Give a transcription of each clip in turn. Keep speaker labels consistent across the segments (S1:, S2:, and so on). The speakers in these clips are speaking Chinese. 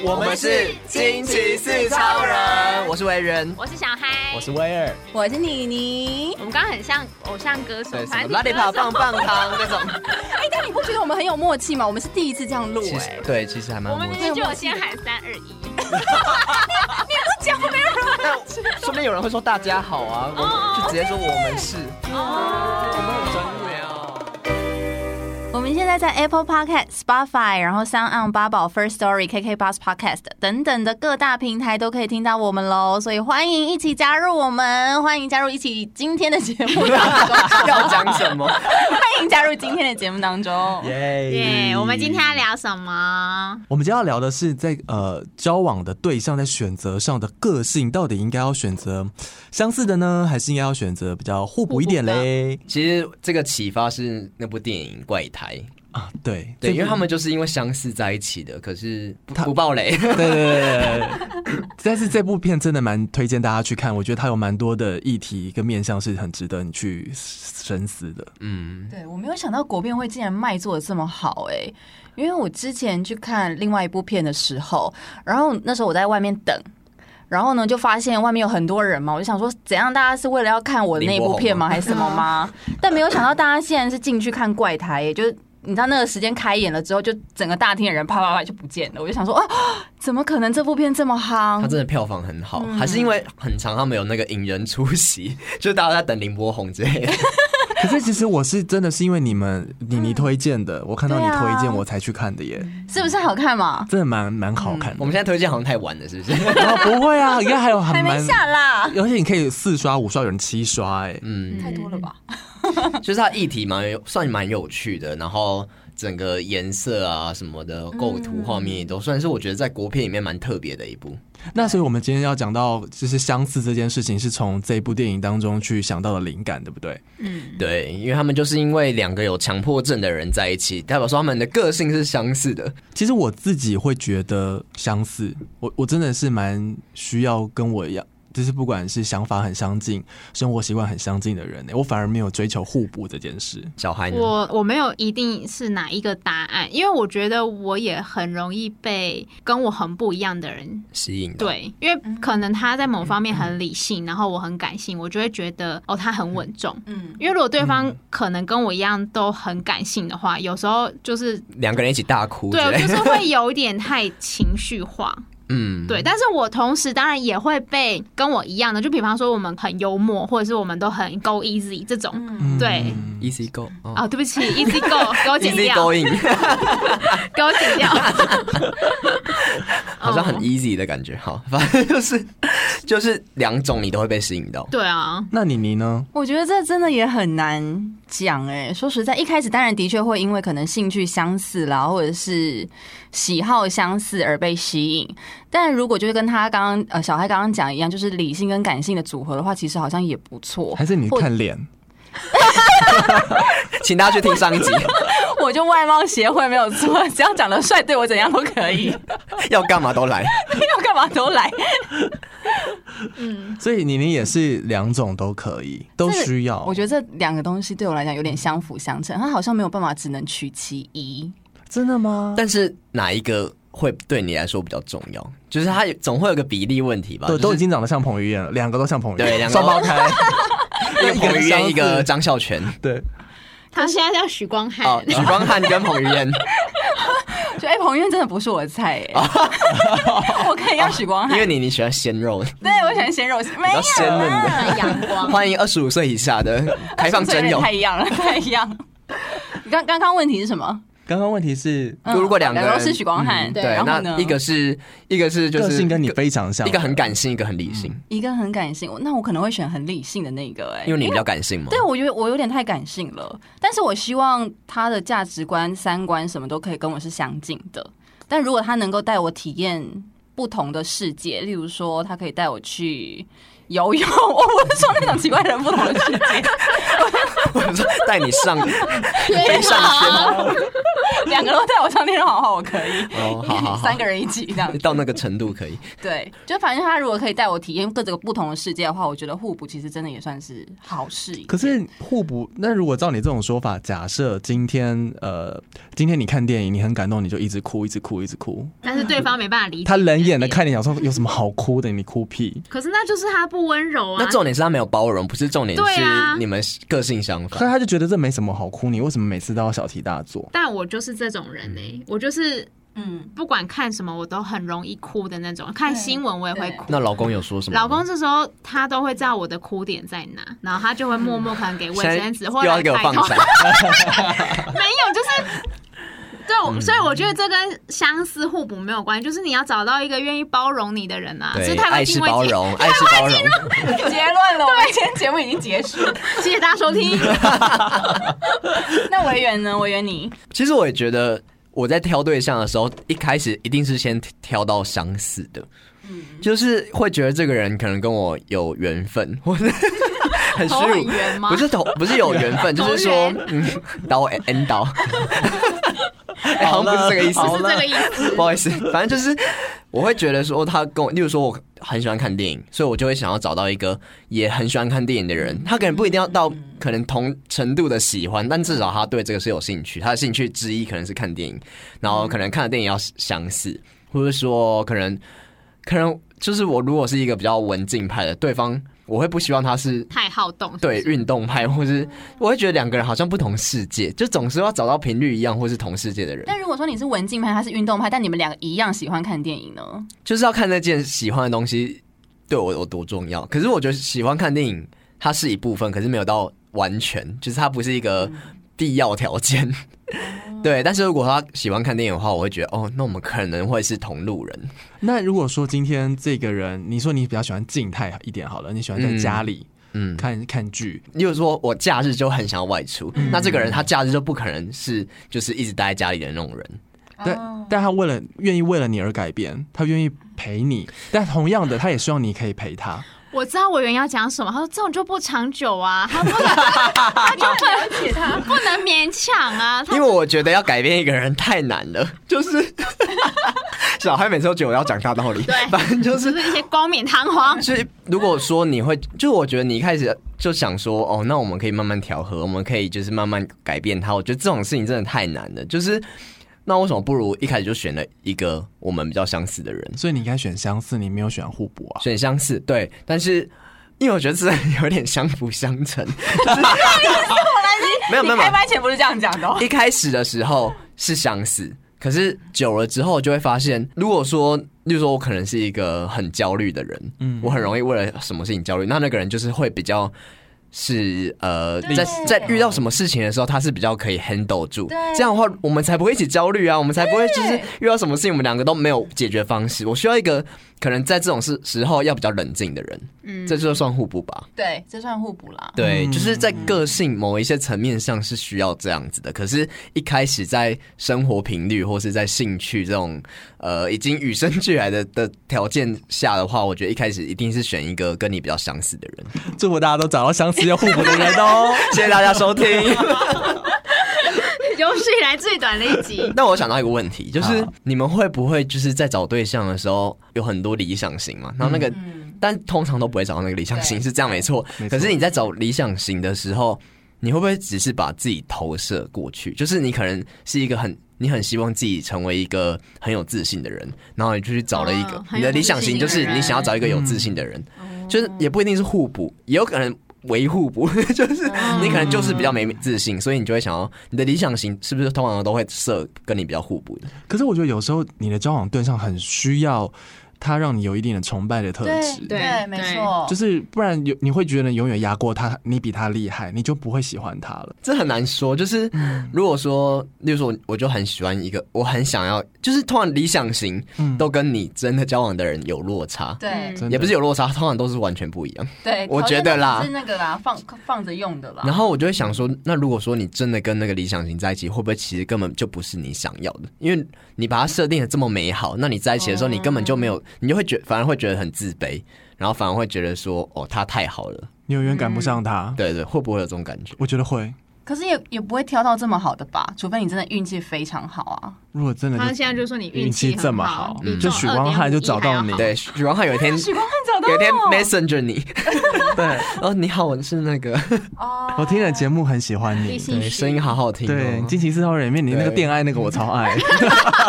S1: 我
S2: 我们是惊奇四超人，我是维人，
S3: 我是小嗨，
S1: 我是威尔，
S4: 我是妮妮
S3: 我。们刚刚很像偶像歌手
S2: 对，，什
S3: 反
S2: 么
S3: 正
S2: 拉力跑棒棒糖那种，
S4: 哎、但你不觉得我们很有默契吗？我们是第一次这样录、
S2: 其
S4: 哎
S2: 实，对，其实还蛮
S3: 我们
S2: 默
S3: 明
S2: 契。
S3: 明就有先喊三二一，
S2: 但说不定有人会说大家好啊，我
S3: 哦
S2: 们就直接说我们是，
S3: 哦，
S2: 我们很专业哦。
S4: 我们现在在 Apple Podcast、Spotify，然后 s o n On、八宝、First Story、KK Bus Podcast 等等的各大平台都可以听到我们喽，所以欢迎一起加入我们，欢迎加入一起今天的节目当中，
S2: 要讲什么？
S4: 欢迎加入今天的节目 当中。
S1: 耶
S3: 耶！我们今天要聊什么？
S1: 我们今天要聊的是在呃交往的对象在选择上的个性，到底应该要选择相似的呢，还是应该要选择比较互补一点嘞？
S2: 其实这个启发是那部电影《怪胎》，
S1: 啊，对
S2: 对，因为
S1: 这
S2: 他们就是因为相似在一起的，可是不
S1: 他
S2: 不爆 雷。
S1: 对对对对对，但是这部片真的蛮推荐大家去看，我觉得它有蛮多的议题跟面向是很值得你去深思的。
S2: 嗯，
S4: 对我没有想到国片会竟然卖座的这么好哎、因为我之前去看另外一部片的时候，然后那时候我在外面等。然后呢，就发现外面有很多人嘛，我就想说，怎样大家是为了要看我的那一部片吗，还是什么吗？ 但没有想到大家竟然是进去看怪胎、也就是你知道那个时间开演了之后，就整个大厅的人啪啪啪就不见了。我就想说，啊，怎么可能这部片这么
S2: 他
S4: 夯？
S2: 真的票房很好，还是因为很长他们有那个引人出席，就大家在等林柏宏之 类的。
S1: 可是其实我是真的是因为你们你你推荐的，我看到你
S4: 对啊嗯
S1: 推荐我才去看的耶，
S4: 是不是好看嘛？
S1: 真的蛮蛮好看
S2: 我
S1: 的。
S2: 们现在推荐好像太晚了，是不是？
S1: 然后不会啊，应该还有还
S4: 还没
S1: 蛮，
S4: 下啦，
S1: 而且你可以四刷五刷，有人七刷哎、
S2: 嗯，
S4: 太多了吧？
S2: 就是它议题蛮有，算蛮有趣的，然后整个颜色啊什么的构图画面也都算是我觉得在国片里面蛮特别的一部。
S1: 那所以我们今天要讲到就是相似这件事情，是从这部电影当中去想到的灵感，对不对？
S3: 嗯
S2: 对，因为他们就是因为两个有强迫症的人在一起，代表说他们的个性是相似的。
S1: 其实我自己会觉得相似，我我真的是蛮需要跟我一样，就是不管是想法很相近、生活习惯很相近的人、欸，我反而没有追求互补这件事。
S2: 小孩呢？
S3: 我我没有一定是哪一个答案，因为我觉得我也很容易被跟我很不一样的人
S2: 吸引的，
S3: 对，因为可能他在某方面很理
S2: 嗯
S3: 性，然后我很感性，我就会觉得哦，他很稳重。
S4: 嗯，
S3: 因为如果对方可能跟我一样都很感性的话，有时候就是
S2: 两个人一起大哭之
S3: 对，啊
S2: 类
S3: 就
S2: 的。
S3: 是会有一点太情绪化。
S2: 嗯，
S3: 对，但是我同时当然也会被跟我一样的，就比方说我们很幽默，或者是我们都很 go easy 这种。
S1: 嗯
S3: 对
S2: ，Easy Go，哦
S3: 啊、对不起，easy go，给我剪
S2: ，Easy
S3: 掉，
S2: Going，
S3: 给我 剪掉。
S2: 好像很
S3: 哦
S2: easy 的感觉。好，反正就是就是两种你都会被吸引到。
S3: 对啊，
S1: 那你你呢？
S4: 我觉得这真的也很难讲哎、说实在，一开始当然的确会因为可能兴趣相似啦，或者是喜好相似而被吸引。但如果就是跟他刚刚呃小孩刚刚讲一样，就是理性跟感性的组合的话，其实好像也不 错
S1: 还。是你看脸？
S2: 请大家去听上 一集，
S4: 我就外貌协会没有错，只要长得帅，对我怎样都可以，
S2: 要干嘛都来。
S4: 要干嘛都来。
S1: 所以你你也是两种都可以，都需要。
S4: 我觉得这两个东西对我来讲有点相辅相成，他好像没有办法只能取其一。
S1: 得真的吗？
S2: 但是哪一个会对你来说比较重要？就是它有总会有个比例问题吧？
S1: 对，
S2: 就
S1: 都
S2: 是
S1: 已经长得像彭于晏了，两个都像彭于
S2: 对
S1: 晏，
S2: 两个
S1: 双
S2: 都
S1: 胞胎，
S2: 一个彭于
S1: 相
S2: 晏，
S1: 似
S2: 一个张孝全。
S1: 对，
S3: 他现在叫许光汉。
S2: 哦，许光汉跟彭于晏，
S4: 就哎、彭于晏真的不是我的菜哎、我可以要许光汉
S2: 因。为你你喜欢鲜肉，
S4: 对，我喜欢鲜肉，没
S2: 较鲜
S4: 有啊
S2: 嫩的
S4: 啦， 阳光，
S2: 欢迎二十五岁以下的开放
S4: 真
S2: 真友。
S4: 太一样了， 太一样。刚刚刚问题是什么？
S1: 刚刚问题是
S4: 嗯
S2: 如果两个人嗯
S4: 都是许光汉，
S2: 对，
S4: 然后
S2: 那
S4: 呢，
S2: 一个是一个是就是
S1: 个性跟你非常像，
S2: 一个很感性，一个很理性，
S4: 一个很感性，我那我可能会选很理性的那个，哎，
S2: 因为你比较感性嘛。
S4: 对我觉得我有点太感性了，但是我希望他的价值观、三观什么都可以跟我是相近的。但如果他能够带我体验不同的世界，例如说他可以带我去游泳， 我不是说那种奇怪的人不同的世界，
S2: 我说 带你上
S4: 啊
S2: 飞上天
S4: 两个人都带我上天好好，我可以，
S2: 哦，好好好，
S4: 三个人一起这样子。
S2: 到那个程度可以。
S4: 对，就反正他如果可以带我体验各这个不同的世界的话，我觉得互补其实真的也算是好事一件。
S1: 可是互补，那如果照你这种说法，假设今天呃，今天你看电影，你很感动，你就一直哭，一直哭，一直哭。
S3: 但是对方没办法理解。
S1: 他冷眼的，看你，想说有什么好哭的？你哭屁！
S3: 可是那就是他不温柔啊。
S2: 那重点是他没有包容，不是重点
S3: 对啊
S2: 是你们个性相
S1: 可是
S2: 反。
S1: 他就觉得这没什么好哭，你为什么每次都要小题大做？
S3: 但我就是这种人呢、我就是
S4: 嗯，
S3: 不管看什么我都很容易哭的那种，看
S4: 对
S3: 新闻我也会哭。
S2: 那老公有说什么吗？
S3: 老公这时候他都会知道我的哭点在哪，然后他就会默默可能给卫生
S2: 嗯现
S3: 纸
S2: 在
S3: 或
S2: 又
S3: 者
S2: 要给我
S3: 拜
S2: 放
S3: 托，，
S2: 闪
S3: 没有就是。对，我所以我觉得这跟相似互补没有关系，就是你要找到一个愿意包容你的人啊，是
S2: 对，
S3: 太
S2: 爱
S3: 会
S2: 是
S3: 敬畏自
S2: 包
S3: 己。
S2: 容，爱是 包容。
S3: 哦
S4: 结论了，我们今天节目已经结束。
S3: 谢谢大家收听。
S4: 那维园呢？维园你
S2: 其实我也觉得，我在挑对象的时候，一开始一定是先挑到相似的，
S3: 嗯
S2: 就是会觉得这个人可能跟我有缘分， 或者很虚
S3: 头很
S2: 无。
S3: 圆吗？
S2: 不是头，不是有缘分，就是说，嗯，导 N 导，哎好像不是这个意思，
S3: 不是这个意思。
S2: 不好意思，反正就是我会觉得说哦他跟我，例如说我很喜欢看电影，所以我就会想要找到一个也很喜欢看电影的人。他可能不一定要到可能同程度的喜欢，但至少他对这个是有兴趣。他的兴趣之一可能是看电影，然后可能看的电影要相似，或者说可能可能就是我如果是一个比较文静派的，对方我会不希望他是
S3: 太好动，是不
S2: 对
S3: 是
S2: 运动派，或是我会觉得两个人好像不同世界，就总是要找到频率一样或是同世界的人。
S4: 但如果说你是文静派，他是运动派，但你们两个一样喜欢看电影呢？
S2: 就是要看那件喜欢的东西对我有多重要。可是我觉得喜欢看电影，它是一部分，可是没有到完全，就是它不是一个
S3: 嗯
S2: 必要条件。
S3: 哦
S2: 对，但是如果他喜欢看电影的话，我会觉得哦，那我们可能会是同路人。
S1: 那如果说今天这个人，你说你比较喜欢静态一点好了，你喜欢在家里
S2: 嗯，
S1: 看看剧，
S2: 例如说我假日就很想要外出，
S3: 嗯
S2: 那这个人他假日就不可能是就是一直待在家里的那种人。
S1: 但但他为了愿意为了你而改变，他愿意陪你，但同样的，他也希望你可以陪他。
S3: 我知道委员要讲什么，他说这种就不长久啊，他不能，他就不能解他，不能勉强啊。他
S2: 因为我觉得要改变一个人太难了，就是 小孩每次都觉得我要讲大道理，
S3: 对
S2: 反正就是
S3: 只是一些冠冕堂皇，
S2: 所以如果说你会，就我觉得你一开始就想说，哦，那我们可以慢慢调和，我们可以就是慢慢改变它。我觉得这种事情真的太难了，就是那为什么不如一开始就选了一个我们比较相似的人，
S1: 所以你应该选相似，你没有选互补啊。
S2: 选相似？对，但是因为我觉得这 有点相辅相成，没有没有
S4: 你
S2: 没
S4: 开
S2: 有，
S4: 麦前不是这样讲的、哦。
S2: 一开始的时候是相似，可是久了之后就会发现，如果说，例如说我可能是一个很焦虑的人，嗯，
S1: 嗯
S2: 我很容易为了什么事情焦虑，那那个人就是会比较。是呃，
S4: 对
S2: 在在遇到什么事情的时候，他是比较可以 handle 住
S4: 对，
S2: 这样的话，我们才不会一起焦虑啊，我们才不会就是遇到什么事情，我们两个都没有解决方式。我需要一个可能在这种事时候要比较冷静的人，
S3: 嗯，
S2: 这就算互补吧。
S4: 对，这算互补啦。
S2: 对，
S1: 嗯
S2: 就是在个性某一些层面上是需要这样子的，可是，一开始在生活频率或是在兴趣这种呃已经与生俱来的的条件下的话，我觉得一开始一定是选一个跟你比较相似的人。
S1: 祝福大家都找到相似又互补的人哦。
S2: 谢谢大家收听。
S3: 有史以来最短的一集。
S2: 那我想到一个问题，就是
S1: 好
S2: 你们会不会就是在找对象的时候有很多理想型嘛？然后那个，
S3: 嗯
S2: 但通常都不会找到那个理想型，
S4: 对
S2: 是这样没错
S1: 没。
S2: 可
S1: 错
S2: 是你在找理想型的时候，你会不会只是把自己投射过去？就是你可能是一个很。你很希望自己成为一个很有自信的人，然后你就去找了一个、
S3: 哦很
S2: 你
S3: 有
S2: 的理想
S3: 自信
S2: 型，
S3: 的
S2: 就是你
S3: 人嗯
S2: 想要找一个有自信的人，
S3: 啊
S2: 就是也不一定是互补，也有可能为互补， 就是你可
S4: 嗯
S3: 嗯
S2: 能就是比较没自信，所以你就会想要你的理想型是不是通常都会设跟你比较互补的？
S1: 可是我觉得有时候你的交往对象很需要他让你有一定的崇拜的特质，
S3: 对
S4: 对，没错，
S1: 就是不然有你会觉得你永远压过他，你比他厉害，你就不会喜欢他了。
S2: 这很难说。就是
S4: 嗯
S2: 如果说，例如说，我就很喜欢一个，我很想要，就是通常理想型
S1: 嗯
S2: 都跟你真的交往的人有落差，
S4: 对
S1: 真的
S2: 也不是有落差，通常都是完全不一样。
S4: 对，
S2: 我觉得啦
S4: 条件是那个啦，放放着用的啦。
S2: 然后我就会想说，那如果说你真的跟那个理想型在一起，会不会其实根本就不是你想要的？因为你把它设定的这么美好，那你在一起的时候，你根本就没有，你就会觉反而会觉得很自卑。然后反而会觉得说，哦，他太好了。
S1: 你永远赶不上他。
S2: 对对，会不会有这种感觉？
S1: 我觉得会，
S4: 可是也也不会挑到这么好的吧，除非你真的运气非常好啊。
S1: 如果真的
S3: 他
S1: 就
S3: 现在就说你
S1: 运
S3: 气
S1: 气这么
S3: 好
S1: 好，，
S3: 比
S1: 就
S3: 中
S1: 许光汉就找到你
S3: 2.5还要好
S2: 对，许光汉有一天
S4: 许光汉找到
S2: 有一天
S4: 我
S2: messenger 你，
S1: 对，
S2: 哦，你好，我是那个，
S4: 哦
S1: 我听了节目很喜欢
S3: 立
S1: 你。
S3: 信
S2: 对，
S3: 许
S2: 声音好好听、哦。
S1: 对，惊奇四超人里面你那个
S2: 对
S1: 恋爱那个我超爱，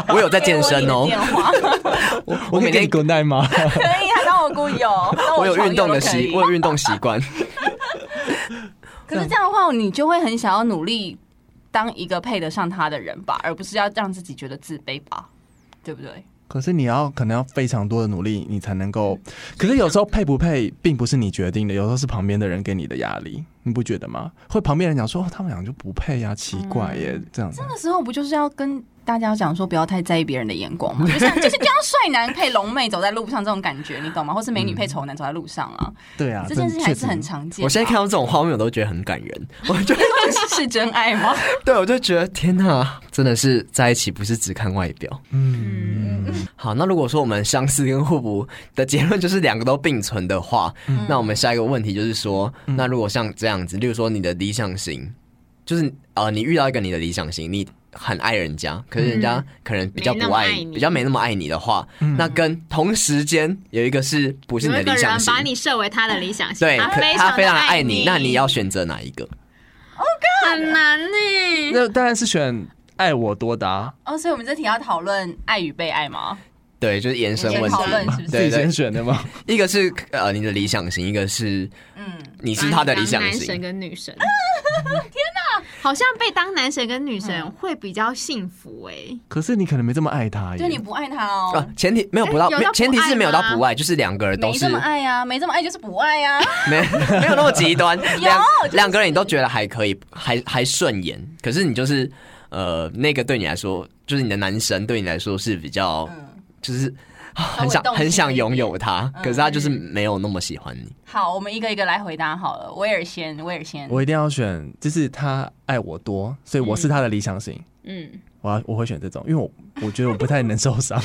S2: 我有在健身哦
S4: 给我你的，电话
S2: 我
S1: 我
S2: 我
S1: 可
S2: 每
S1: 以给你
S2: 天
S1: 滚蛋吗？
S4: 可以，他当我故意哦，当
S2: 我有
S4: 床
S2: 运动的
S4: 友都可
S2: 习，
S4: 以
S2: 我有运动习惯。
S4: 可是这样的话，你就会很想要努力当一个配得上他的人吧，而不是要让自己觉得自卑吧，对不对？
S1: 可是你要可能要非常多的努力，你才能够。
S4: 嗯
S1: 可是有时候配不配，并不是你决定的，有时候是旁边的人给你的压力，你不觉得吗？会旁边人讲说、哦、他们俩就不配呀、奇怪
S4: 嗯
S1: 耶，这样子。
S4: 那时候不就是要跟大家讲说不要太在意别人的眼 光吗？就像就是就像帅男配龙妹走在路上这种感觉，你懂吗？或是美女配丑男走在路上啊，
S1: 对啊，
S4: 这件事情还是很
S1: 确实
S4: 常见吧。啊
S2: 我现在看到这种画面，我都觉得很感人。我就
S4: 这 是真爱吗？
S2: 对，我就觉得天哪，真的是在一起不是只看外表。
S1: 嗯，
S2: 好，那如果说我们相似跟互补的结论就是两个都并存的话，
S3: 嗯
S2: 那我们下一个问题就是说，那如果像这样子，例如说你的理想型，就是呃，你遇到一个你的理想型，你很爱人家，可是人家可能比较
S3: 嗯没那
S2: 不
S3: 么
S2: 爱
S3: 爱
S2: 你，
S3: 你嗯
S2: 比较没那么爱你的话，那跟同时间有一个是不是你
S3: 有
S2: 的
S3: 一个
S2: 理想
S3: 人
S2: 型
S3: 把？你设为他的理想型，
S2: 对，可
S3: 他
S2: 非
S3: 非
S2: 常
S3: 地
S2: 爱
S3: 你，
S2: 那你要选择哪一个？
S3: 很难呢。
S1: 那当然是选爱我多达，
S4: 哦，所以我们这题要讨论爱与被爱吗？
S2: 对，就是延伸
S4: 先
S2: 问题
S4: 讨论
S2: 嘛
S4: 是不是
S1: 自己
S2: 对对
S1: 先，选的吗？
S2: 一个是呃你的理想型，一个是
S4: 嗯，
S2: 你是他的理想
S3: 把你当男神
S2: 型。
S3: 跟女神。 天哪，好像被当男神跟女
S4: 嗯
S3: 神会比较幸福哎。
S1: 可是你可能没这么爱他耶。
S4: 就你不爱他
S2: 啊
S4: 哦，，
S2: 前提没有不到，
S3: 有到
S2: 没
S3: 不
S2: 前提是没有到
S3: 爱吗
S2: 不爱，就是两个人都
S4: 没
S2: 是
S4: 这么爱啊，没这么爱就是不爱啊。
S2: 没没有那么极端，两
S4: 就是
S2: 两个人你都觉得还可以，还还顺眼，可是你就是呃那个对你来说，就是你的男神对你来说是比较
S4: 嗯，
S2: 就是啊
S4: 稍微
S2: 很想
S4: 动心
S2: 很想
S4: 一点嗯
S2: 拥有他，可是他就是没有那么喜欢你。
S4: 好，我们一个一个来回答好了。威尔先，威尔先，
S1: 我一定要选，就是他爱我多，所以我是他的理想型。
S3: 嗯，
S1: 我要我会选这种，因为我我觉得我不太能受 伤，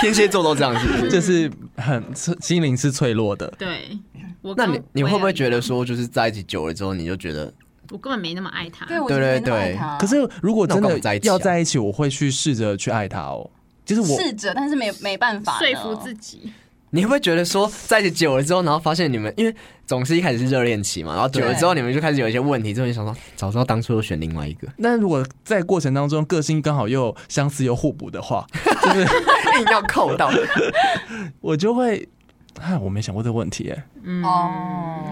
S2: 天蝎座都这样是不 是？
S1: 就是很心灵是脆弱的。
S3: 对。我
S2: 那
S3: 跟
S2: 你
S4: 哦
S2: 你会不
S3: 我
S2: 会
S3: 也
S2: 觉得说，就是在一起久了之后，你就觉得
S3: 我根本没那么爱他？
S4: 对，我
S2: 对
S4: 觉得
S2: 对
S4: 没那么爱
S2: 对
S4: 他
S1: 可是如果真
S2: 那我干
S1: 的
S2: 嘛在一起啊
S1: 要在一起，我会去试着去爱他哦。就是我
S4: 试着，但是没没办法
S3: 说服自
S4: 己。
S3: 己，
S2: 你会不会觉得说，在一起久了之后，然后发现你们因为总是一开始是热恋期嘛，然后久了之后你们就开始有一些问题，之后你想说，早知道当初就选另外 一个，
S1: 那如果在过程当中个性刚好又相似又互补 的话，就是
S2: 硬要扣到。
S1: 我就会，哎，我没想过这个问题耶。
S3: 嗯，
S4: 哦，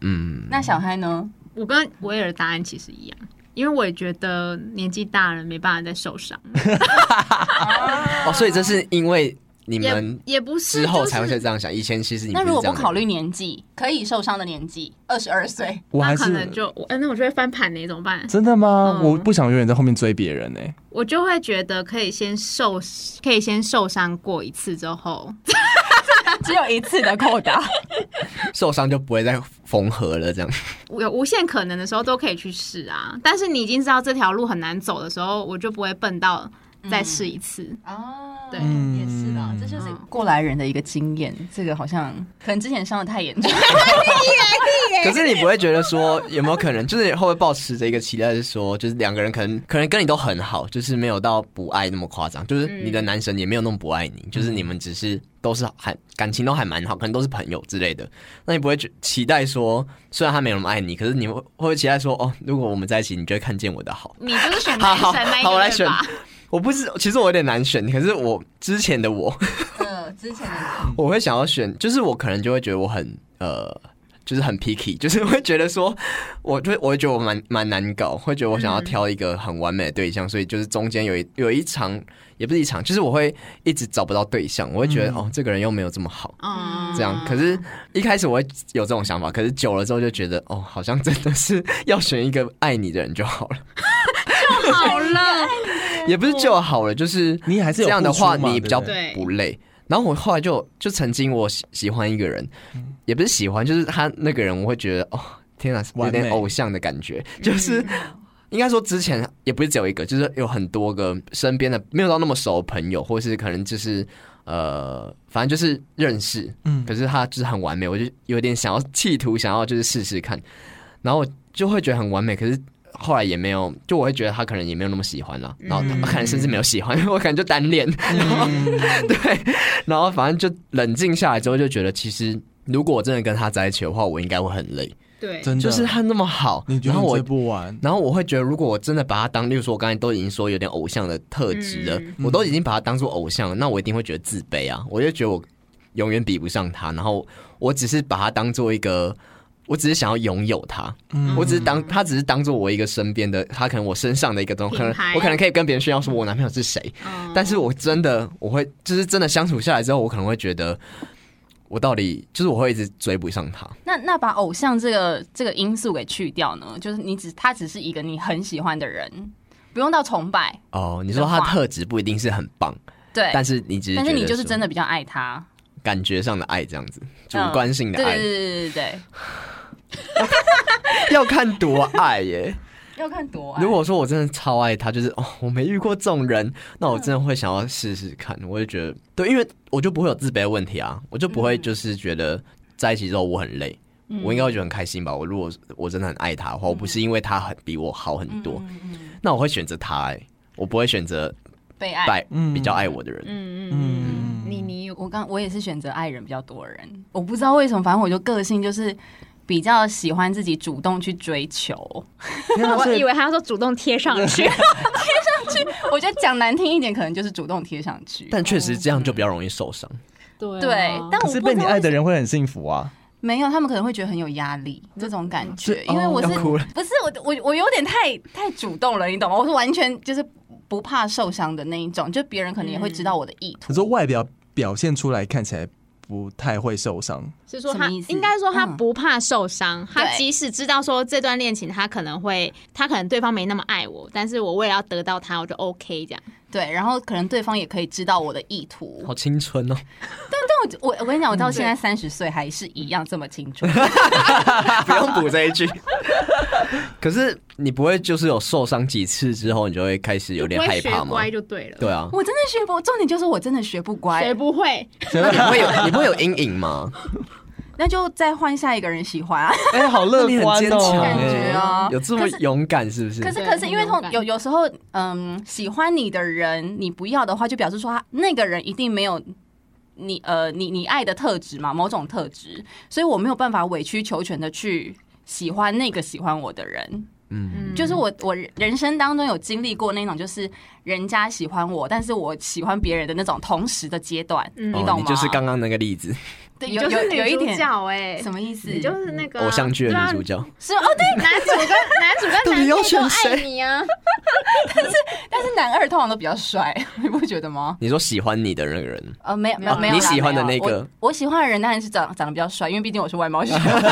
S2: 嗯，
S4: 那小嗨呢？
S3: 我跟维尔的答案其实一样，因为我也觉得年纪大了没办法再受伤，
S2: 哦，所以这是因为你们
S3: 也也不是
S2: 之后才会
S3: 就是
S2: 再这样想，以前其实你们
S4: 那如果不
S2: 是这样的
S4: 考虑年纪，可以受伤的年纪，二十二岁，
S1: 我还
S3: 那可
S1: 是
S3: 能就我哎、那我就会翻盘呢，怎么办？
S1: 真的吗？
S3: 嗯
S1: 我不想永远在后面追别人呢。
S3: 我就会觉得可以先受，可以先受伤过一次之后，
S4: 只有一次的扣打。
S2: 受伤就不会再缝合了，这样。
S3: 有无限可能的时候都可以去试啊。但是你已经知道这条路很难走的时候，我就不会笨到
S2: 嗯
S3: 再试一次。
S4: 哦，
S3: 对
S4: 也是啦，这就是
S3: 嗯
S4: 过来人的一个经验。这个好像可能之前伤的太严重，
S2: 可是你不会觉得说有没有可能，就是会不会抱持着一个期待，是说就是两个人可能可能跟你都很好，就是没有到不爱那么夸张，就是你的男神也没有那么不爱你，就是你们只是都是还感情都还蛮好，可能都是朋友之类的。那你不会觉期待说，虽然他没有那么爱你，可是你会会不会期待说，哦，如果我们在一起，你就会看见我的好。
S3: 你就是选男
S2: 好
S3: 神那一
S2: 好我来
S3: 个对吧？
S2: 我不是，其实我有点难选，可是我之前的我，
S4: 呃，之前的
S2: 我会想要选，就是我可能就会觉得我很呃，就是很 picky，就是 会觉得说，我就我会觉得我蛮蛮难搞，会觉得我想要挑一个很完美的对象，所以就是中间有一有一场也不是一场，就是我会一直找不到对象，我会觉得、
S1: 嗯
S2: 哦，这个人又没有这么好。
S3: 嗯，
S2: 这样，可是，一开始我会有这种想法，可是久了之后就觉得，哦，好像真的是 要选一个爱你的人就好了，
S3: 好了，
S2: 也不是就好了，就是
S1: 你还是有
S2: 这样的
S1: 付出
S2: 话，
S1: 嘛
S2: 你比较
S1: 对
S3: 对
S2: 不累。然后我后来就就曾经我喜喜欢一个人，
S1: 嗯
S2: 也不是喜欢，就是他那个人，我会觉得哦，天啊，有
S1: 完美
S2: 点偶像的感觉，就是。 应该说，之前也不是只有一个，就是有很多个身边的没有到那么熟的朋友，或是可能就是呃，反正就是认识，
S1: 嗯
S2: 可是他就是很完美，我就有点想要企图想要就是试试看，然后我就会觉得很完美，可是后来也没有，就我会觉得他可能也没有那么喜欢了，然后他可能甚至没有喜欢， 我可能就单恋，然后对，然后反正就冷静下来之后就觉得，其实如果我真的跟他在一起的话，我应该会很累，
S3: 对，
S1: 真的
S2: 就是他那么好，
S1: 你觉
S2: 然
S1: 得
S2: 后
S1: 我
S2: 我
S1: 追不完，
S2: 然后我会觉得，如果我真的把他当，例如说，我刚才都已经说有点偶像的特质了，
S3: 嗯
S2: 我都已经把他当做偶像了，那我一定会觉得自卑啊！我就觉得我永远比不上他，然后我只是把他当做一个，我只是想要拥有他，
S1: 嗯
S2: 我只是当他只是当做我一个身边的，他可能我身上的一个东西，可能
S3: 品牌
S2: 我可能可以跟别人炫耀说我男朋友是谁，
S4: 哦
S3: 嗯
S2: 但是我真的我会就是真的相处下来之后，我可能会觉得我到底就是我会一直追不上他，
S4: 那那把偶像这个这个因素给去掉呢？就是你只他只是一个你很喜欢的人，不用到崇拜，
S2: 哦，你说他
S4: 的
S2: 的
S4: 话
S2: 特质不一定是很棒，
S4: 对，
S2: 但是你只是
S4: 但是你
S2: 觉得
S4: 就是
S2: 说
S4: 真的比较爱他，
S2: 感觉上的爱这样子，主
S4: 嗯
S2: 观性
S4: 对
S2: 的
S4: 对
S2: 爱，
S4: 对对对
S2: 要看多爱 耶。
S4: 对，要看多爱。
S2: 如果说我真的超爱他，就是哦，我没遇过这种人，那
S4: 嗯
S2: 我真的会想要试试看。我就觉得，对，因为我就不会有自卑的问题啊，我就不
S4: 嗯
S2: 会就是觉得在一起之后我很累，我应该会觉得很开心吧。我如果我真的很爱他的话，我
S4: 嗯
S2: 不是因为他很比我好很多，那我会选择他、哎，我不会选择
S4: 被爱，
S2: 爱
S1: 嗯
S2: 比较爱我的人。
S3: 嗯
S1: 嗯
S3: 嗯嗯，你你有
S4: 我刚我也是选择爱人比较多的人，我不知道为什么，反正我就个性就是比较喜欢自己主动去追求。
S2: 天啊
S3: 我
S2: 所以
S3: 以为他要说主动贴上去，
S2: 嗯
S4: 我觉得讲难听一点，可能就是主动贴上去。
S2: 但确实这样就
S4: 嗯
S2: 比较容易受伤。啊
S3: 对
S4: 对，但
S5: 可
S4: 我
S5: 是
S4: 不
S5: 被
S4: 知
S5: 你
S4: 道
S5: 爱的
S4: 为什
S5: 人会很幸福啊！
S4: 没有，他们可能会觉得很有压力这种感觉，
S2: 是哦
S4: 因为我是
S2: 要哭了
S4: 不是我我我有点太太主动了，你懂吗？我是完全就是不怕受伤的那一种，就别人可能也会知道我的意图
S1: 你。
S2: 嗯
S1: 说外表表现出来看起来不太会受伤，
S3: 是说
S4: 什
S3: 他
S4: 么意思
S3: 应该说他
S4: 嗯
S3: 不怕受伤，他
S4: 对
S3: 即使知道说这段恋情他可能会，他可能对方没那么爱我，但是我为了要得到他，我就 OK 这样。
S4: 对，然后可能对方也可以知道我的意图。
S2: 好青春哦！
S4: 但我我我跟你讲，我到现
S2: 嗯
S4: 在三十岁还是一样这么清楚。
S2: 不用补这一句。可是你不会就是有受伤几次之后，你就会开始有点
S3: 不会
S2: 害怕
S3: 学
S2: 吗
S3: 乖？就对了，
S2: 对啊，
S4: 我真的学不，重点就是我真的学不
S3: 学
S4: 乖，
S3: 不会，
S2: 那你不会有你不会有阴影吗？
S4: 那就再换下一个人喜欢啊。
S5: 哎、好乐
S2: 你很
S5: 观
S2: 坚
S5: 哦，
S2: 强
S4: 感觉啊
S2: 欸，有这么勇敢是不是
S4: 可？是
S3: 对
S4: 可是因为
S3: 很
S4: 通
S3: 勇敢
S4: 有有时候，嗯，喜欢你的人你不要的话，就表示说他啊那个人一定没有你呃你你爱的特质嘛，某种特质，所以我没有办法委曲求全的去。喜欢那个喜欢我的人，
S2: 嗯，
S4: 就是我。我人生当中有经历过那种，就是人家喜欢我，但是我喜欢别人的那种同时的阶段，
S3: 嗯
S4: 你
S2: 哦
S4: 懂
S2: 你
S4: 吗？
S2: 就是刚刚那个例子，嗯
S4: 对
S3: 你
S4: 有
S3: 就
S4: 有
S3: 是
S4: 有
S3: 女
S4: 一
S3: 主
S4: 点
S3: 角哎，
S4: 什么意思？
S3: 你就是那个啊
S2: 偶像剧的女主
S3: 对啊
S2: 角，
S4: 是哦，对，
S3: 男主跟男主跟
S2: 到底
S3: 男
S2: 要
S3: 配
S2: 选
S3: 都爱
S2: 谁
S3: 你啊，
S4: 但是男二通常都比较帅， 你不觉得吗？
S2: 你说喜欢你的那个人，
S4: 呃，没有，没有，
S2: 哦
S4: 没有啦
S2: 你喜欢的那个
S4: 没有我，我喜欢的人当然是长长得比较帅，因为毕竟我是 外貌协会。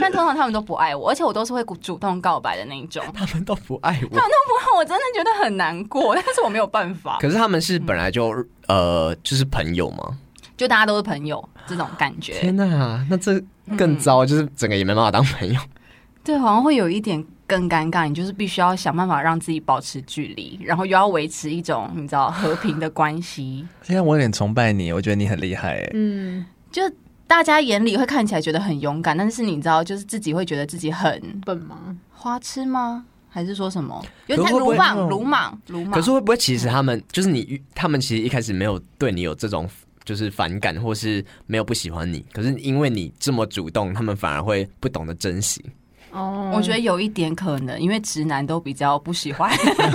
S4: 但通常他们都不爱我，而且我都是会主动告白的那一种。
S2: 他们都不爱我
S4: 他，们都不爱我，我真的觉得很难过，但是我没有办法。
S2: 可是他们是本来就呃就是朋友吗？
S4: 就大家都是朋友这种感觉，
S2: 天哪，那这更糟，就是整个也没办法当朋友。
S4: 对，好像会有一点更尴尬。你就是必须要想办法让自己保持距离，然后又要维持一种你知道和平的关系。
S5: 现在我有点崇拜你，我觉得你很厉害
S1: 欸
S5: 哎。
S3: 嗯，
S4: 就大家眼里会看起来觉得很勇敢，但是你知道，就是自己会觉得自己很
S3: 笨吗？
S4: 花痴吗？还是说什么？
S2: 可
S4: 有
S2: 是
S4: 点太
S2: 会不
S4: 鲁
S2: 会
S4: 莽，鲁莽，鲁莽。
S2: 可是会不会其实他们就是你，他们其实一开始没有对你有这种就是反感，或是没有不喜欢你，可是因为你这么主动，他们反而会不懂得珍惜，
S3: 哦
S4: 我觉得有一点可能，因为直男都比较不喜欢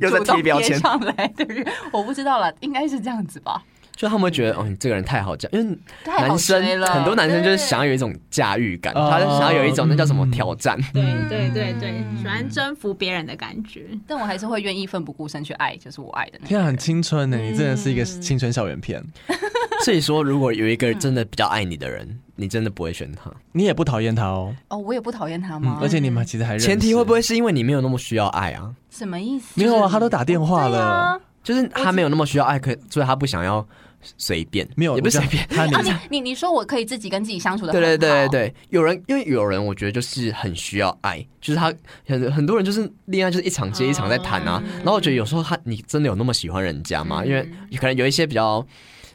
S2: 又在
S4: 主动
S2: 贴标
S4: 贴
S2: 签，
S4: 上来的人，我不知道了，应该是这样子吧。
S2: 就他们会觉得哦，你这个人太好嫁，因为
S4: 太好
S2: 男
S4: 追
S2: 生
S4: 了，
S2: 很多男生就是
S4: 对
S2: 想要有一种驾驭感，
S5: 哦
S2: 他就想要有一种那叫什么挑战，
S3: 对
S4: 嗯
S3: 对对对，喜欢征服别人的感觉，
S4: 但我还是会愿意奋不顾身去爱，就是我爱的那个
S1: 天啊，很青春
S4: 嗯
S1: 呢、你真的是一个青春校园片，
S2: 所以说如果有一个真的比较爱你的人，你真的不会选他，
S1: 你也不讨厌他哦，
S4: 哦，我也不讨厌他
S1: 嗯
S4: 吗，？
S1: 而且你们其实还认识
S2: 前提会不会是因为你没有那么需要爱啊？
S4: 什么意思？
S2: 嗯
S1: 没有啊？他都打电话了，
S2: 就是他没有那么需要爱，可所以他不想要随便，
S1: 没有
S2: 也不是
S1: 我
S2: 随
S1: 觉得
S2: 便。
S1: 他
S4: 啊，
S1: 连
S4: 你你你说我可以自己跟自己相处的，
S2: 对对对对，对，有人因为有人，我觉得就是很需要爱，就是他很很多人就是恋爱就是一场接一场在谈啊。然后我觉得有时候他你真的有那么喜欢人家吗？因为可能有一些比较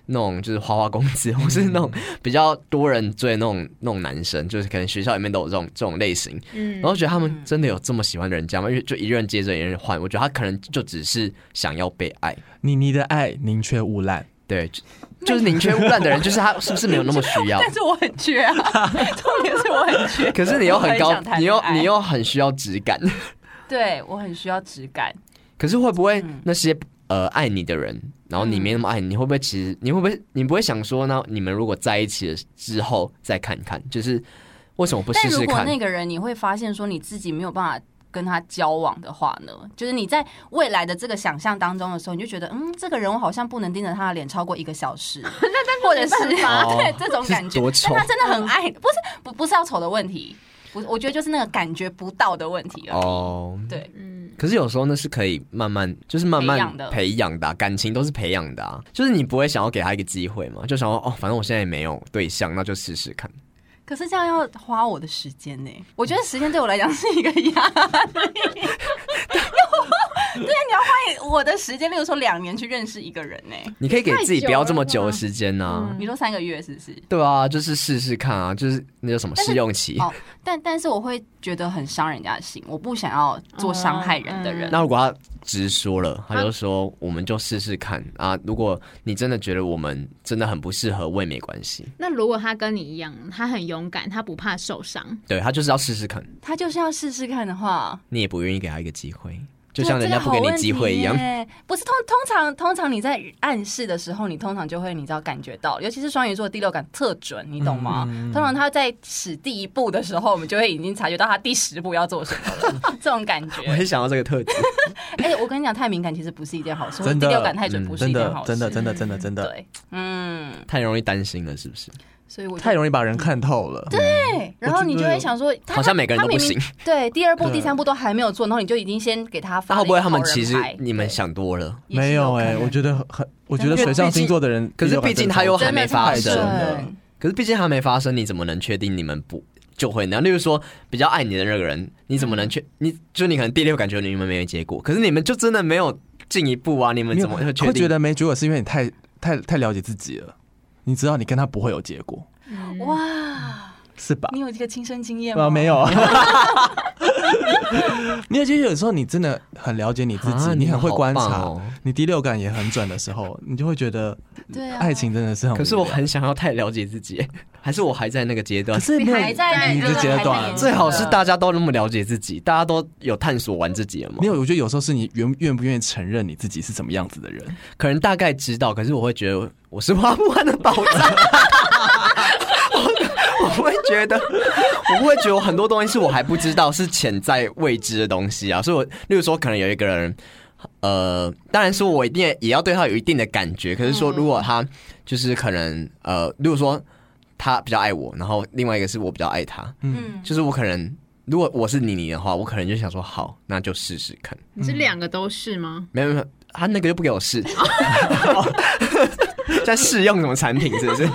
S2: 那种就是花花公子，或是那种比较多人追的那种那种男生，就是可能学校里面都有这种这种类型。
S3: 嗯
S2: 然后觉得他们真的有这么喜欢人家吗？因为就一任接着一任换，我觉得他可能就只是想要被爱。
S1: 你你的爱宁缺毋滥，
S2: 对，就就是宁缺毋滥的人， 就是他是不是没有那么需要？
S4: 但是我很缺啊， 重点是我很 缺，
S2: 可是你又很
S4: 我
S2: 高
S4: 想，谈
S2: 你
S4: 恋
S2: 又
S4: 爱
S2: 你又很需要质感。
S4: 对我很需要质感，
S2: 可是会不会那些
S4: 嗯
S2: 呃爱你的人，然后你没那么爱你，你会不会其实你会不会你不会想说呢？你们如果在一起了之后再看看，就是为什么不试
S4: 但如
S2: 试
S4: 果
S2: 看？
S4: 那个人你会发现说你自己没有办法跟他交往的话呢，就是你在未来的这个想象当中的时候，你就觉得嗯，这个人我好像不能盯着他的脸超过一个小时，或者是
S2: 法
S4: 啊对这种感
S2: 是
S4: 觉，
S2: 哦 多
S4: 但
S2: 丑
S4: 他真的很爱，不是不不是要丑的问题，我我觉得就是那个感觉不到的问题了。
S2: 哦，
S4: 对，
S3: 嗯，
S2: 可是有时候那是可以慢慢，就是慢
S4: 培
S2: 慢
S4: 养的
S2: 培养的啊、感情都是培养的啊。就是你不会想要给他一个机会嘛？就想说哦，反正我现在也没有对象，那就试试看。
S4: 可是这样要花我的时间呢、我觉得时间对我来讲是一个压力。 对啊，你要花我的时间，例如说两年去认识一个人呢、
S2: 你可以给自己
S3: 太久
S2: 不要这
S3: 了
S2: 么
S3: 吧
S2: 久的时间呐、啊。
S3: 嗯
S4: 你说三个月是不是？
S2: 对啊，就是试试看啊，就是那叫什么
S4: 但是
S2: 试用期。
S4: 哦，但但是我会觉得很伤人家的心，我不想要做伤害人的人。
S2: 那如果他直说了，
S4: 啊
S2: 他就说我们就试试看啊。如果你真的觉得我们真的很不适合，我也没关系。
S3: 那如果他跟你一样，他很勇敢，他不怕受伤，
S2: 对他就是要试试看，
S4: 他就是要试试看的话，
S2: 你也不愿意给他一个机会，就
S4: 对
S2: 像人家
S4: 这个
S2: 不给
S4: 好
S2: 你
S4: 问
S2: 机会
S4: 题
S2: 一样。
S4: 耶不是通通常通常你在暗示的时候，你通常就会你知道感觉到，尤其是双鱼座第六感特准，你懂吗？
S2: 嗯
S4: 通常他在使第一步的时候，我们就会已经察觉到他第十步要做什么 了，这种感
S2: 我
S4: 觉。
S2: 很想要这个特 质，
S4: 哎、我跟你讲，太敏感其实不是一件好事，或者
S1: 真
S4: 第
S1: 的
S4: 六感太准不是
S1: 真
S4: 一件
S1: 的
S4: 好事，
S1: 真的真的真的真的，
S4: 对，嗯，
S2: 太容易担心了，是不是？
S4: 所以我
S1: 太
S4: 容
S1: 容易把人看透了。
S4: 对，然后你就会想说，他
S2: 好像每个人都不行。
S4: 对，第二步、
S1: 对
S4: 第三步都还没有做，然后你就已经先给他发
S2: 那会
S4: 了一
S2: 不
S4: 个好
S2: 会
S4: 人牌。
S2: 他们其实
S4: 对
S2: 你们想多了？
S4: 也
S1: 没
S4: 是
S1: 有
S4: 有
S1: 哎、
S4: 可能
S1: 我觉得很很，我觉
S4: 因
S1: 得
S4: 为
S1: 水象星座的人，
S2: 可是毕竟他又还
S4: 真的
S2: 没发
S1: 太
S2: 生
S1: 深，了
S4: 对
S2: 可是毕竟还没发生，你怎么能确定你们不就会那样？例如说，比较爱你的那个人，你怎么能确？你就你可能第六感觉得你们没有结果，可是你们就真的没有进一步啊？你们
S1: 没有
S2: 怎么会确
S1: 会
S2: 定
S1: 觉？得没结果？是因为你太太太了解自己了，你知道你跟他不会有结果，
S4: 哇，
S1: 是吧？
S4: 你有这个亲身经验吗？
S1: 啊，没有。你也其实有时候你真的很了解你自己，
S2: 啊
S1: 你很会观
S2: 你们
S1: 察，
S2: 好棒哦
S1: 你第六感也很准的时候，你就会觉得
S4: 对啊
S1: 爱情真的是很无聊。
S2: 可是我很想要太了解自己， 还是我 还在那个阶段
S1: 可。是没有
S3: 你还在
S1: 你
S3: 那
S1: 的
S3: 个
S1: 阶
S3: 还在
S1: 段
S4: 研，究
S2: 最好是大家都那么了解自己，大家都有探索完自己了嘛
S1: 没？有，我觉得有时候是你愿愿不愿意承认你自己是什么样子的人。
S2: 可能大概知道，可是我会觉得我是挖不完的宝藏。 我我会觉得，我会觉得很多东西是我还不知道，是潜在未知的东西啊。所以我，例如说，可能有一个人，呃，当然说我一定也要对他有一定的感觉。可是说，如果他就是可能，呃，例如说他比较爱我，然后另外一个是我比较爱他，
S4: 嗯，
S2: 就是我可能如果我是妮妮的话，我可能就想说，好，那就试试看。
S4: 嗯
S3: 你是两个都是吗？
S2: 没有没有，他那个又不给我试， 在试用什么产品是不 是？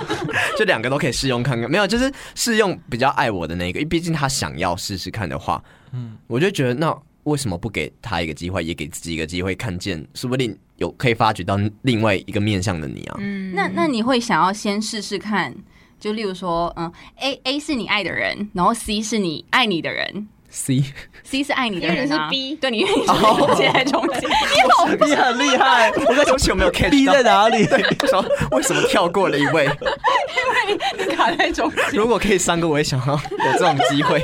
S2: 就两个都可以试用看看，没有，就是试用比较爱我的那个，因为毕竟他想要试试看的话，嗯，我就觉得那为什么不给他一个机会，也给自己一个机会，看见，说不定有可以发掘到另外一个面向的你啊。
S3: 嗯，
S4: 那那你会想要先试试看？就例如说，嗯，A A 是你爱的人，然后 C 是你爱你的人
S2: C，
S4: ，C 是爱你的
S3: 因为
S4: 人、
S3: 你是
S4: 啊，
S3: B
S4: 对，你愿
S2: 哦
S4: 意中间 还中间，你 好
S2: 你很厉害， 我在想起有没有 catch
S1: 逼
S2: 到
S1: 在 哪里？
S2: 不知道为什么跳过了一位？
S4: 你卡在中间。
S2: 如果可以三个，我也想要有这种机会。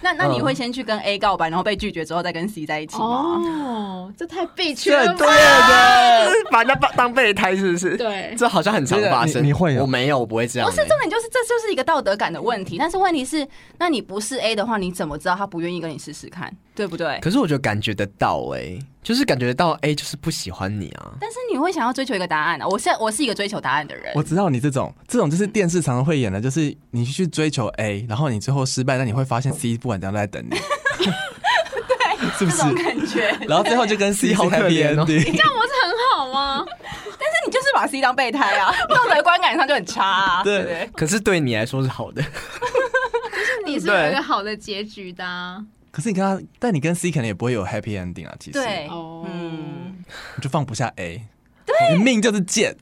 S4: 那那
S1: 嗯
S4: 你会先去跟 A 告白，然后被拒绝之后再跟 C 在一起吗？
S3: 哦，这太被缺
S2: 这
S3: 了
S2: 对
S3: 吧。
S2: 的，把人家当备胎是不是？
S3: 对
S2: 这好像很常发
S1: 对
S2: 生。
S1: 啊你你会有
S2: 我没有，我不会这样、
S4: 不
S2: 欸。
S4: 是重点，就是这就是一个道德感的问题。但是问题是，那你不是 A 的话，你怎么知道他不愿意跟你试试看，对不对？
S2: 可是我觉得感觉得到哎、就是感觉到哎、就是不喜欢你啊。
S4: 但是你会想要追求一个答案啊！我现在我是一个追求答案的人，
S1: 我知道你这种，这种就是电视常常会演的，就是你去追求 A，然后你最后失败，但你会发现 C 不管怎样都在等 你，对，是不
S4: 这种
S1: 是？
S4: 感觉。
S1: 然后最后就跟 C
S2: 好可
S1: happy
S2: 怜哦
S1: ending
S3: 这样不是很好吗？
S4: 但是你就是把 C 当备胎 啊，道德观感上就很差啊，对不对？
S2: 可是对你来说是好的，
S3: 你是有一个好的结局的啊、
S1: 可是你跟他，但你跟 C 可能也不会有 happy ending 啊。其实，
S4: 对，
S3: 哦，
S4: 嗯，
S1: 你就放不下 A，对，你命就是贱。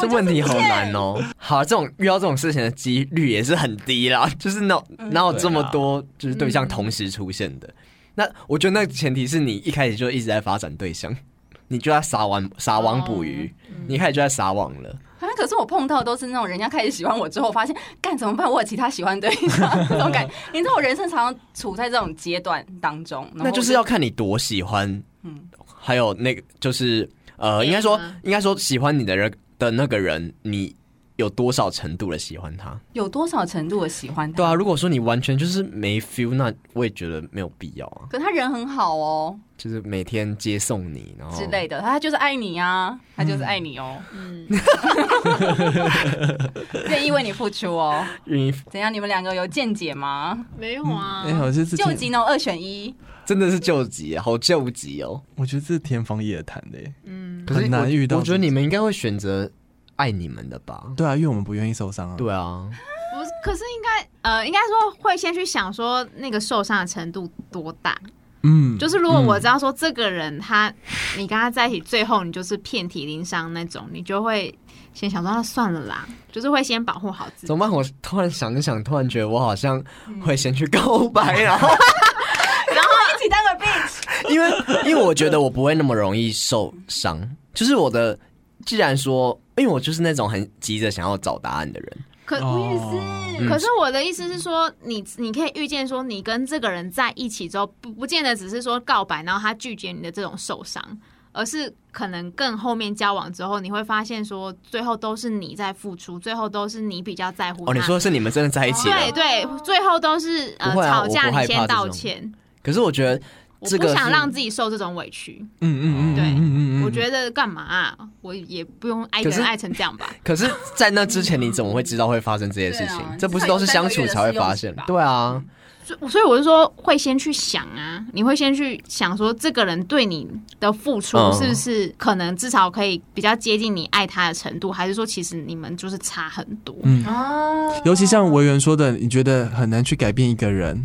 S2: 这问题好难哦。好，这种遇到这种事情的几率也是很低啦，就是哪哪有这么多就是对象同时出现的？那我觉得那前提是你一开始就一直在发展对象，你就在撒网撒网捕鱼，你一开始就在撒网了。
S4: 啊，可是我碰到都是那种人家开始喜欢我之后，我发现干怎么办？我有其他喜欢对象，这 种感觉。你知道我人生常常处在这种阶段当中，然后
S2: 那就是
S4: 我
S2: 要看你多喜欢，
S4: 嗯啊
S2: 还有那个就是呃，应该说应该说喜欢你的人的那个人，你有多少程度的喜欢他？
S4: 有多少程度的喜欢他。
S2: 对啊，如果说你完全就是没 feel，那我也觉得没有必要啊。
S4: 可他人很好哦
S2: 就是每天接送你，然后
S4: 之类的，他就是爱你啊，他就是爱你哦，
S3: 嗯，
S4: 愿意为你付出哦。
S2: 愿意，
S4: 怎样？你们两个有见解吗？
S3: 没有啊，
S4: 嗯
S1: 哎、我是
S4: 救急呢，二选一。
S2: 真的是救急，好救急哦。
S1: 我觉得这是天方夜谭的耶。欸
S3: 嗯，
S2: 可是
S1: 很难
S2: 我
S1: 遇到
S2: 我觉得
S1: 这种
S2: 你们应该会选择爱你们的吧？
S1: 对啊，因为我们不愿意受伤啊。
S2: 对啊，
S3: 不是，可是应该呃，应该说会先去想说那个受伤的程度多大，
S1: 嗯，
S3: 就是如果我知道说这个人他，你跟他在一起，最后你就是遍体鳞伤那种，你就会先想说那算了啦，就是会先保护好自己。
S2: 怎么办？我突然想一想，突然觉得我好像会先去告白，啊然后
S4: 然后一起当个 bitch。
S2: 因为因为我觉得我不会那么容易受伤，就是我的，既然说，因为我就是那种很急着想要找答案的人，
S3: 可、
S1: 哦
S2: 嗯
S3: 可是我的意思是说，你你可以预见说，你跟这个人在一起之后，不不见得只是说告白，然后他拒绝你的这种受伤，而是可能更后面交往之后，你会发现说，最后都是你在付出，最后都是你比较在乎他。
S2: 哦，你说是你们真的在一起
S3: 对
S2: 了？
S3: 对，最后都是呃、
S2: 不会啊
S3: 吵
S2: 我
S3: 架，
S2: 不害
S3: 你
S2: 怕
S3: 先道
S2: 这种嗯
S3: 歉。
S2: 可是我觉得
S3: 我
S2: 这
S3: 不
S2: 个
S3: 想
S2: 是
S3: 让自己受这种委屈，
S1: 嗯嗯嗯，
S3: 对
S1: 嗯嗯嗯，
S3: 我觉得干嘛啊、我也不用爱一个
S2: 可
S3: 人
S2: 是
S3: 爱成这样吧。
S2: 可是，在那之前，你怎么会知道会发生这些事情？
S4: 对啊
S2: 这不是都是相处才会发现？对啊，
S3: 所以所以我就说会先去想啊，你会先去想说这个人对你的付出
S2: 嗯
S3: 是不是可能至少可以比较接近你爱他的程度，还是说其实你们就是差很多？
S1: 嗯，
S4: 哦，
S1: 尤其像维园说的，你觉得很难去改变一个人，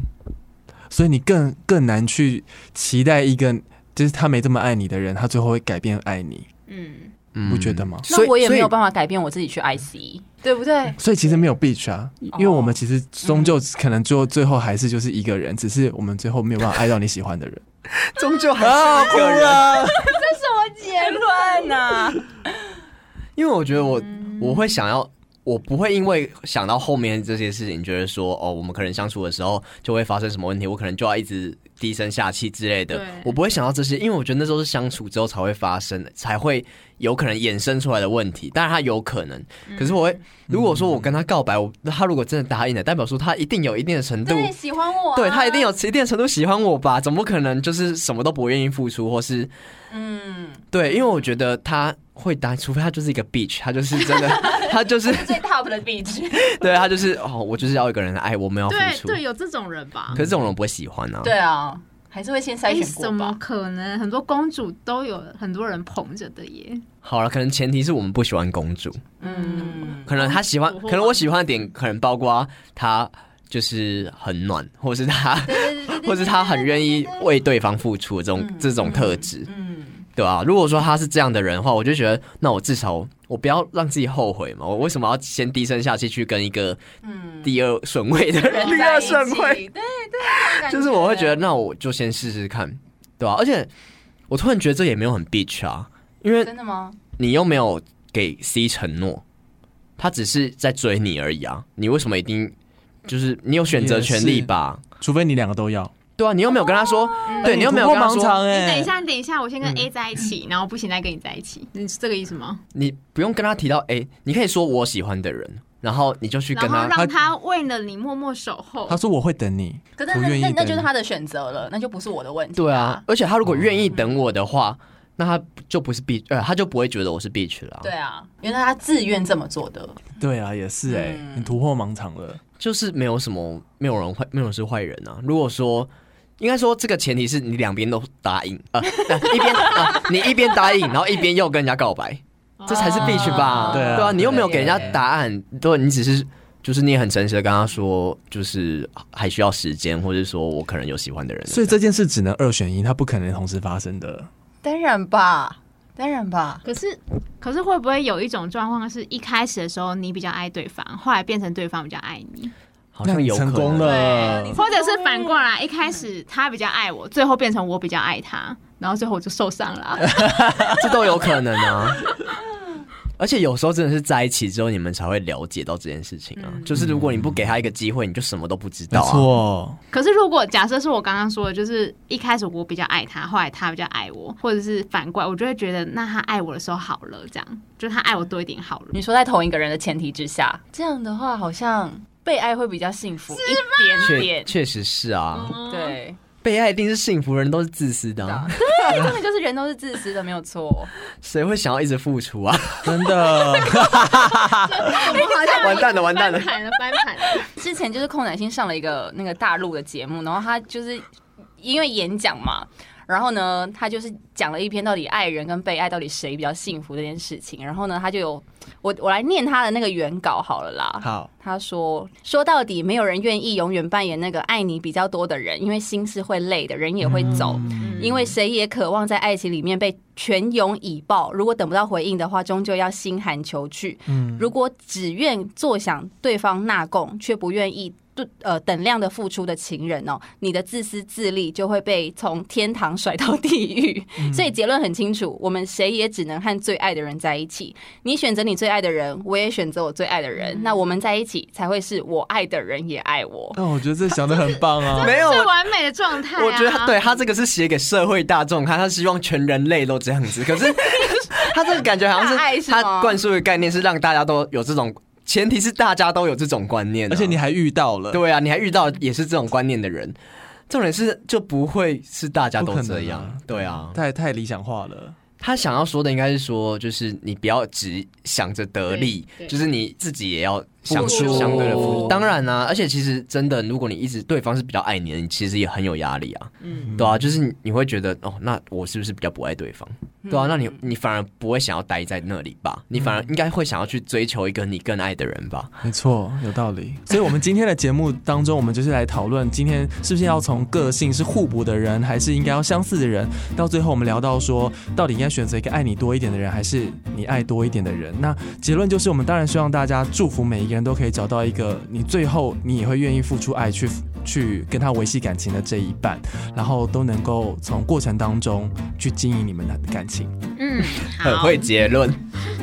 S1: 所以你更更难去期待一个就是他没这么爱你的人，他最后会改变爱你，
S3: 嗯，
S2: 嗯
S1: 不觉得？吗？
S2: 所
S4: 那
S2: 以
S4: 我也没有
S2: 所以
S4: 办法改变我自己去爱 C，对不对？
S1: 所以其实没有 bitch 啊，因为我们其实终究可能最后最后还是就是一个人，只是我们最后没有办法爱到你喜欢的人。
S2: 终究还是一个人。
S4: 结论呐，
S2: 因为我觉得我我会想要，我不会因为想到后面这些事情，觉得说哦，我们可能相处的时候就会发生什么问题，我可能就要一直低声下气之类的
S3: 对。
S2: 我不会想到这些，因为我觉得那时候是相处之后才会发生，才会有可能衍生出来的问题。当然，它有可能，可是我会，如果说我跟他告白，我他如果真的答应了，代表说他一定有一定的程度。
S4: 对，喜欢我啊，
S2: 对他一定有一定的程度喜欢我吧？怎么可能就是什么都不愿意付出，或是
S4: 嗯，
S2: 对？因为我觉得他会答，除非他就是一个 bitch，他就是真的，他就是
S4: 最 top 的 bitch。
S2: 对他就是哦，我就是要一个人的爱，我们要付
S3: 对
S2: 出。
S3: 对，有这种人吧
S2: 可？是这种人我不会喜欢啊。
S4: 对啊，还是会先嗯筛
S3: 哎，
S4: 选过
S3: 怎么
S4: 吧。
S3: 可能？很多公主都有很多人捧着的耶。
S2: 好了，可能前提是我们不喜欢公主，
S4: 嗯，
S2: 可能他喜欢
S3: 公，主或
S2: 可能我喜欢的点，可能包括他就是很暖，或是他， 或是他很愿意为对方付出的这种这种特质。
S4: 嗯，
S2: 对啊，如果说他是这样的人的话，我就觉得，那我至少我不要让自己后悔嘛。我为什么要先低声下气去跟一个第二顺位 的人？第
S4: 嗯在
S2: 二
S4: 一起
S2: 顺位，
S4: 对对，
S2: 就是我会觉得，
S4: 得
S2: 那我就先试试看，对啊吧、而且我突然觉得这也没有很 bitch 啊，因为
S4: 真的吗？
S2: 你又没有给 C 承诺，他只是在追你而已啊。你为什么一定就是你有选择权利吧？
S1: 除非你两个都要，
S2: 对啊，你又没有跟他说，
S4: 哦
S2: 对你又没有
S1: 突
S2: 跟
S1: 破
S2: 他
S1: 盲
S2: 说，
S1: 肠哎，
S3: 你等一下，你等一下，我先
S2: 嗯
S3: 跟 A 在一起，然后不行再跟你在一起，你是这个意思吗？
S2: 你不用跟他提到，哎、你可以说我喜欢的人，然后你就去跟
S3: 然后
S2: 他。
S3: 让他为了你默默守候
S1: 他。说我会等你，
S4: 可是
S1: 不
S4: 那
S1: 愿意
S4: 那
S1: 等
S4: 那就是他的选择了，那就不是我的问题。
S2: 对啊，，而且他如果愿意等我的话，那他就不是 bitch，呃，他就不会觉得我是 bitch 了、啊。
S4: 对，啊，原来他自愿这么做的。
S1: 对啊，也是哎、
S4: 嗯
S1: 你突破盲肠了。
S2: 就是没有什么没有人坏，没有人是坏人啊。如果说应该说这个前提是 你两边都答应，呃，一边、呃、你一边答应，然后一边又跟人家告白，
S3: 哦
S2: 这才是 bitch 吧？
S4: 啊
S1: 对啊
S2: 对啊，你又没有给人家
S5: 对耶
S2: 答案，对，你只是就是你也很诚实的跟他说，就是还需要时间，或者说我可能有喜欢的人了，
S1: 所以这件事只能二选一，它不可能同时发生的。
S4: 当然吧，当然吧，
S3: 可是，可是会不会有一种状况，是一开始的时候你比较爱对方，后来变成对方比较爱你，
S2: 好像有可能
S1: 那你成功了呃
S4: 对
S3: 或者是反过来，一开始他比较爱我，最后变成我比较爱他，然后最后我就受 伤了啊。
S2: 这都有可能啊。 而且有时候真的是在一起之后，你们才会了解到这件事情啊。就是如果你不给他一个机会，你就什么都不知
S1: 没
S2: 道、啊。
S1: 错，
S3: 可是如果假设是我刚刚说的，就是一开始我比较爱他，后来他比较爱我，或者是反过来，我就会觉得那他爱我的时候好了，这样就是他爱我多一点好了。
S4: 你说在同一个人的前提之下，这样的话好像被爱会比较幸福一点
S2: 确
S4: 点。
S2: 确实是啊，
S3: 嗯
S4: 对，
S2: 被爱一定是幸福，人都是自私的、啊，
S1: 嗯
S4: 对，真的就是人都是自私的，没有错。
S2: 谁会想要一直付出啊？
S1: 真的，
S3: 我好像
S2: 完蛋了完蛋了
S3: 翻盘了，翻盘了。
S4: 之前就是寇乃馨上了一个那个大陆的节目，然后他就是因为演讲嘛，然后呢，他就是讲了一篇到底爱人跟被爱到底谁比较幸福这件事情，然后呢，他就有我我来念他的那个原稿好了啦。
S1: 好，
S4: 他说：“说到底，没有人愿意永远扮演那个爱你比较多的人，因为心是会累的，人也会走。
S1: 嗯
S4: 因为谁也渴望在爱情里面被全涌以报，如果等不到回应的话，终究要心寒求去。
S1: 嗯，
S4: 如果只愿坐享对方纳贡，却不愿意对呃等量的付出的情人哦，你的自私自利就会被从天堂甩到地狱。所以结论很清楚，我们谁也只能和最爱的人在一起。你选择你最爱的人，我也选择我最爱的人，
S2: 嗯
S4: 那我们在一起才会是我爱的人也爱我。
S1: 哦但我觉得这想的很棒 啊，
S2: 没有
S3: 最完美的状态、啊。
S2: 我觉得他对他这个是写给社会大众看，他希望全人类都这样子。可是 他这个感觉好
S4: 大爱
S2: 像
S4: 是吗
S2: 他灌输的概念是让大家都有这种，前提是大家都有这种观念啊、
S1: 而且你还遇到了，
S2: 对啊，你还遇到也是这种观念的人。重点是就不会是大家
S1: 不
S2: 都
S1: 可能
S2: 这
S1: 啊
S2: 样，对啊。
S1: 太太理想化了，
S2: 他想要说的应该是说，就是你不要只想着得利
S3: 对，对
S2: 就是你自己也要想
S1: 付出
S2: 相对的付出。
S1: 嗯
S2: 当然啦、而且其实真的，如果你一直对方是比较爱你的，你其实也很有压力啊。
S3: 嗯
S2: 对啊，就是你你会觉得哦，那我是不是比较不爱对方？
S4: 嗯
S2: 对啊，那你你反而不会想要待在那里吧？你反而应该会想要去追求一个你更爱的人吧？
S1: 没错，有道理。所以，我们今天的节目当中，我们就是来讨论今天是不是要从个性是互补的人，还是应该要相似的人，到最后我们聊到说，到底应该选择一个爱你多一点的人，还是你爱多一点的人？那结论就是，我们当然希望大家祝福每一个人都可以找到一个你最后你也会愿意付出爱去去跟他维系感情的这一半，然后都能够从过程当中去经营你们的感情。
S3: 嗯，
S2: 很
S3: 好。
S2: 会结论，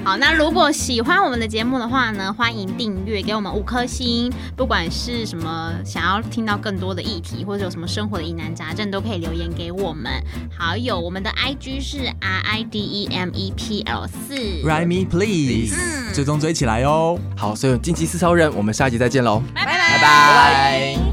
S3: 好，那如果喜欢我们的节目的话呢，欢迎订阅，给我们五颗星。不管是什么想要听到更多的议题，或者有什么生活的疑难杂症，都可以留言给我们。好友，我们的 IG 是 R I D E M E P L 四。
S1: Write me please，追踪追起来哦。
S5: 好，所以近期四超人，我们下一集再见喽。
S2: 拜拜。